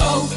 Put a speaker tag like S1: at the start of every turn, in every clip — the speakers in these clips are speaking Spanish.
S1: Oh,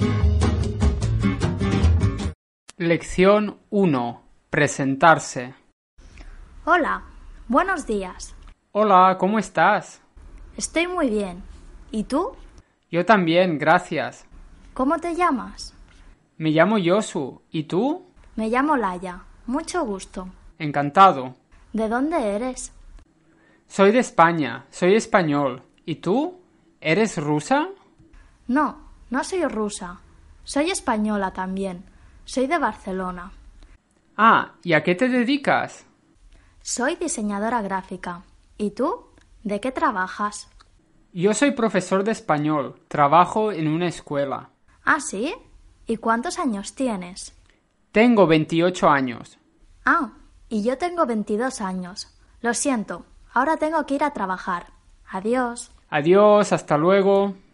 S2: Lección 1. Presentarse.
S3: Hola, buenos días.
S2: Hola, ¿cómo estás?
S3: Estoy muy bien. ¿Y tú?
S2: Yo también, gracias.
S3: ¿Cómo te llamas?
S2: Me llamo Yosu. ¿Y tú?
S3: Me llamo Laia. Mucho gusto.
S2: Encantado.
S3: ¿De dónde eres?
S2: Soy de España. Soy español. ¿Y tú? ¿Eres rusa?
S3: No, no soy rusa. Soy española también. Soy de Barcelona.
S2: Ah, ¿y a qué te dedicas?
S3: Soy diseñadora gráfica. ¿Y tú? ¿De qué trabajas?
S2: Yo soy profesor de español. Trabajo en una escuela.
S3: ¿Ah, sí? ¿Y cuántos años tienes?
S2: Tengo 28 años.
S3: Ah, y yo tengo 22 años. Lo siento, ahora tengo que ir a trabajar. Adiós.
S2: Adiós, hasta luego.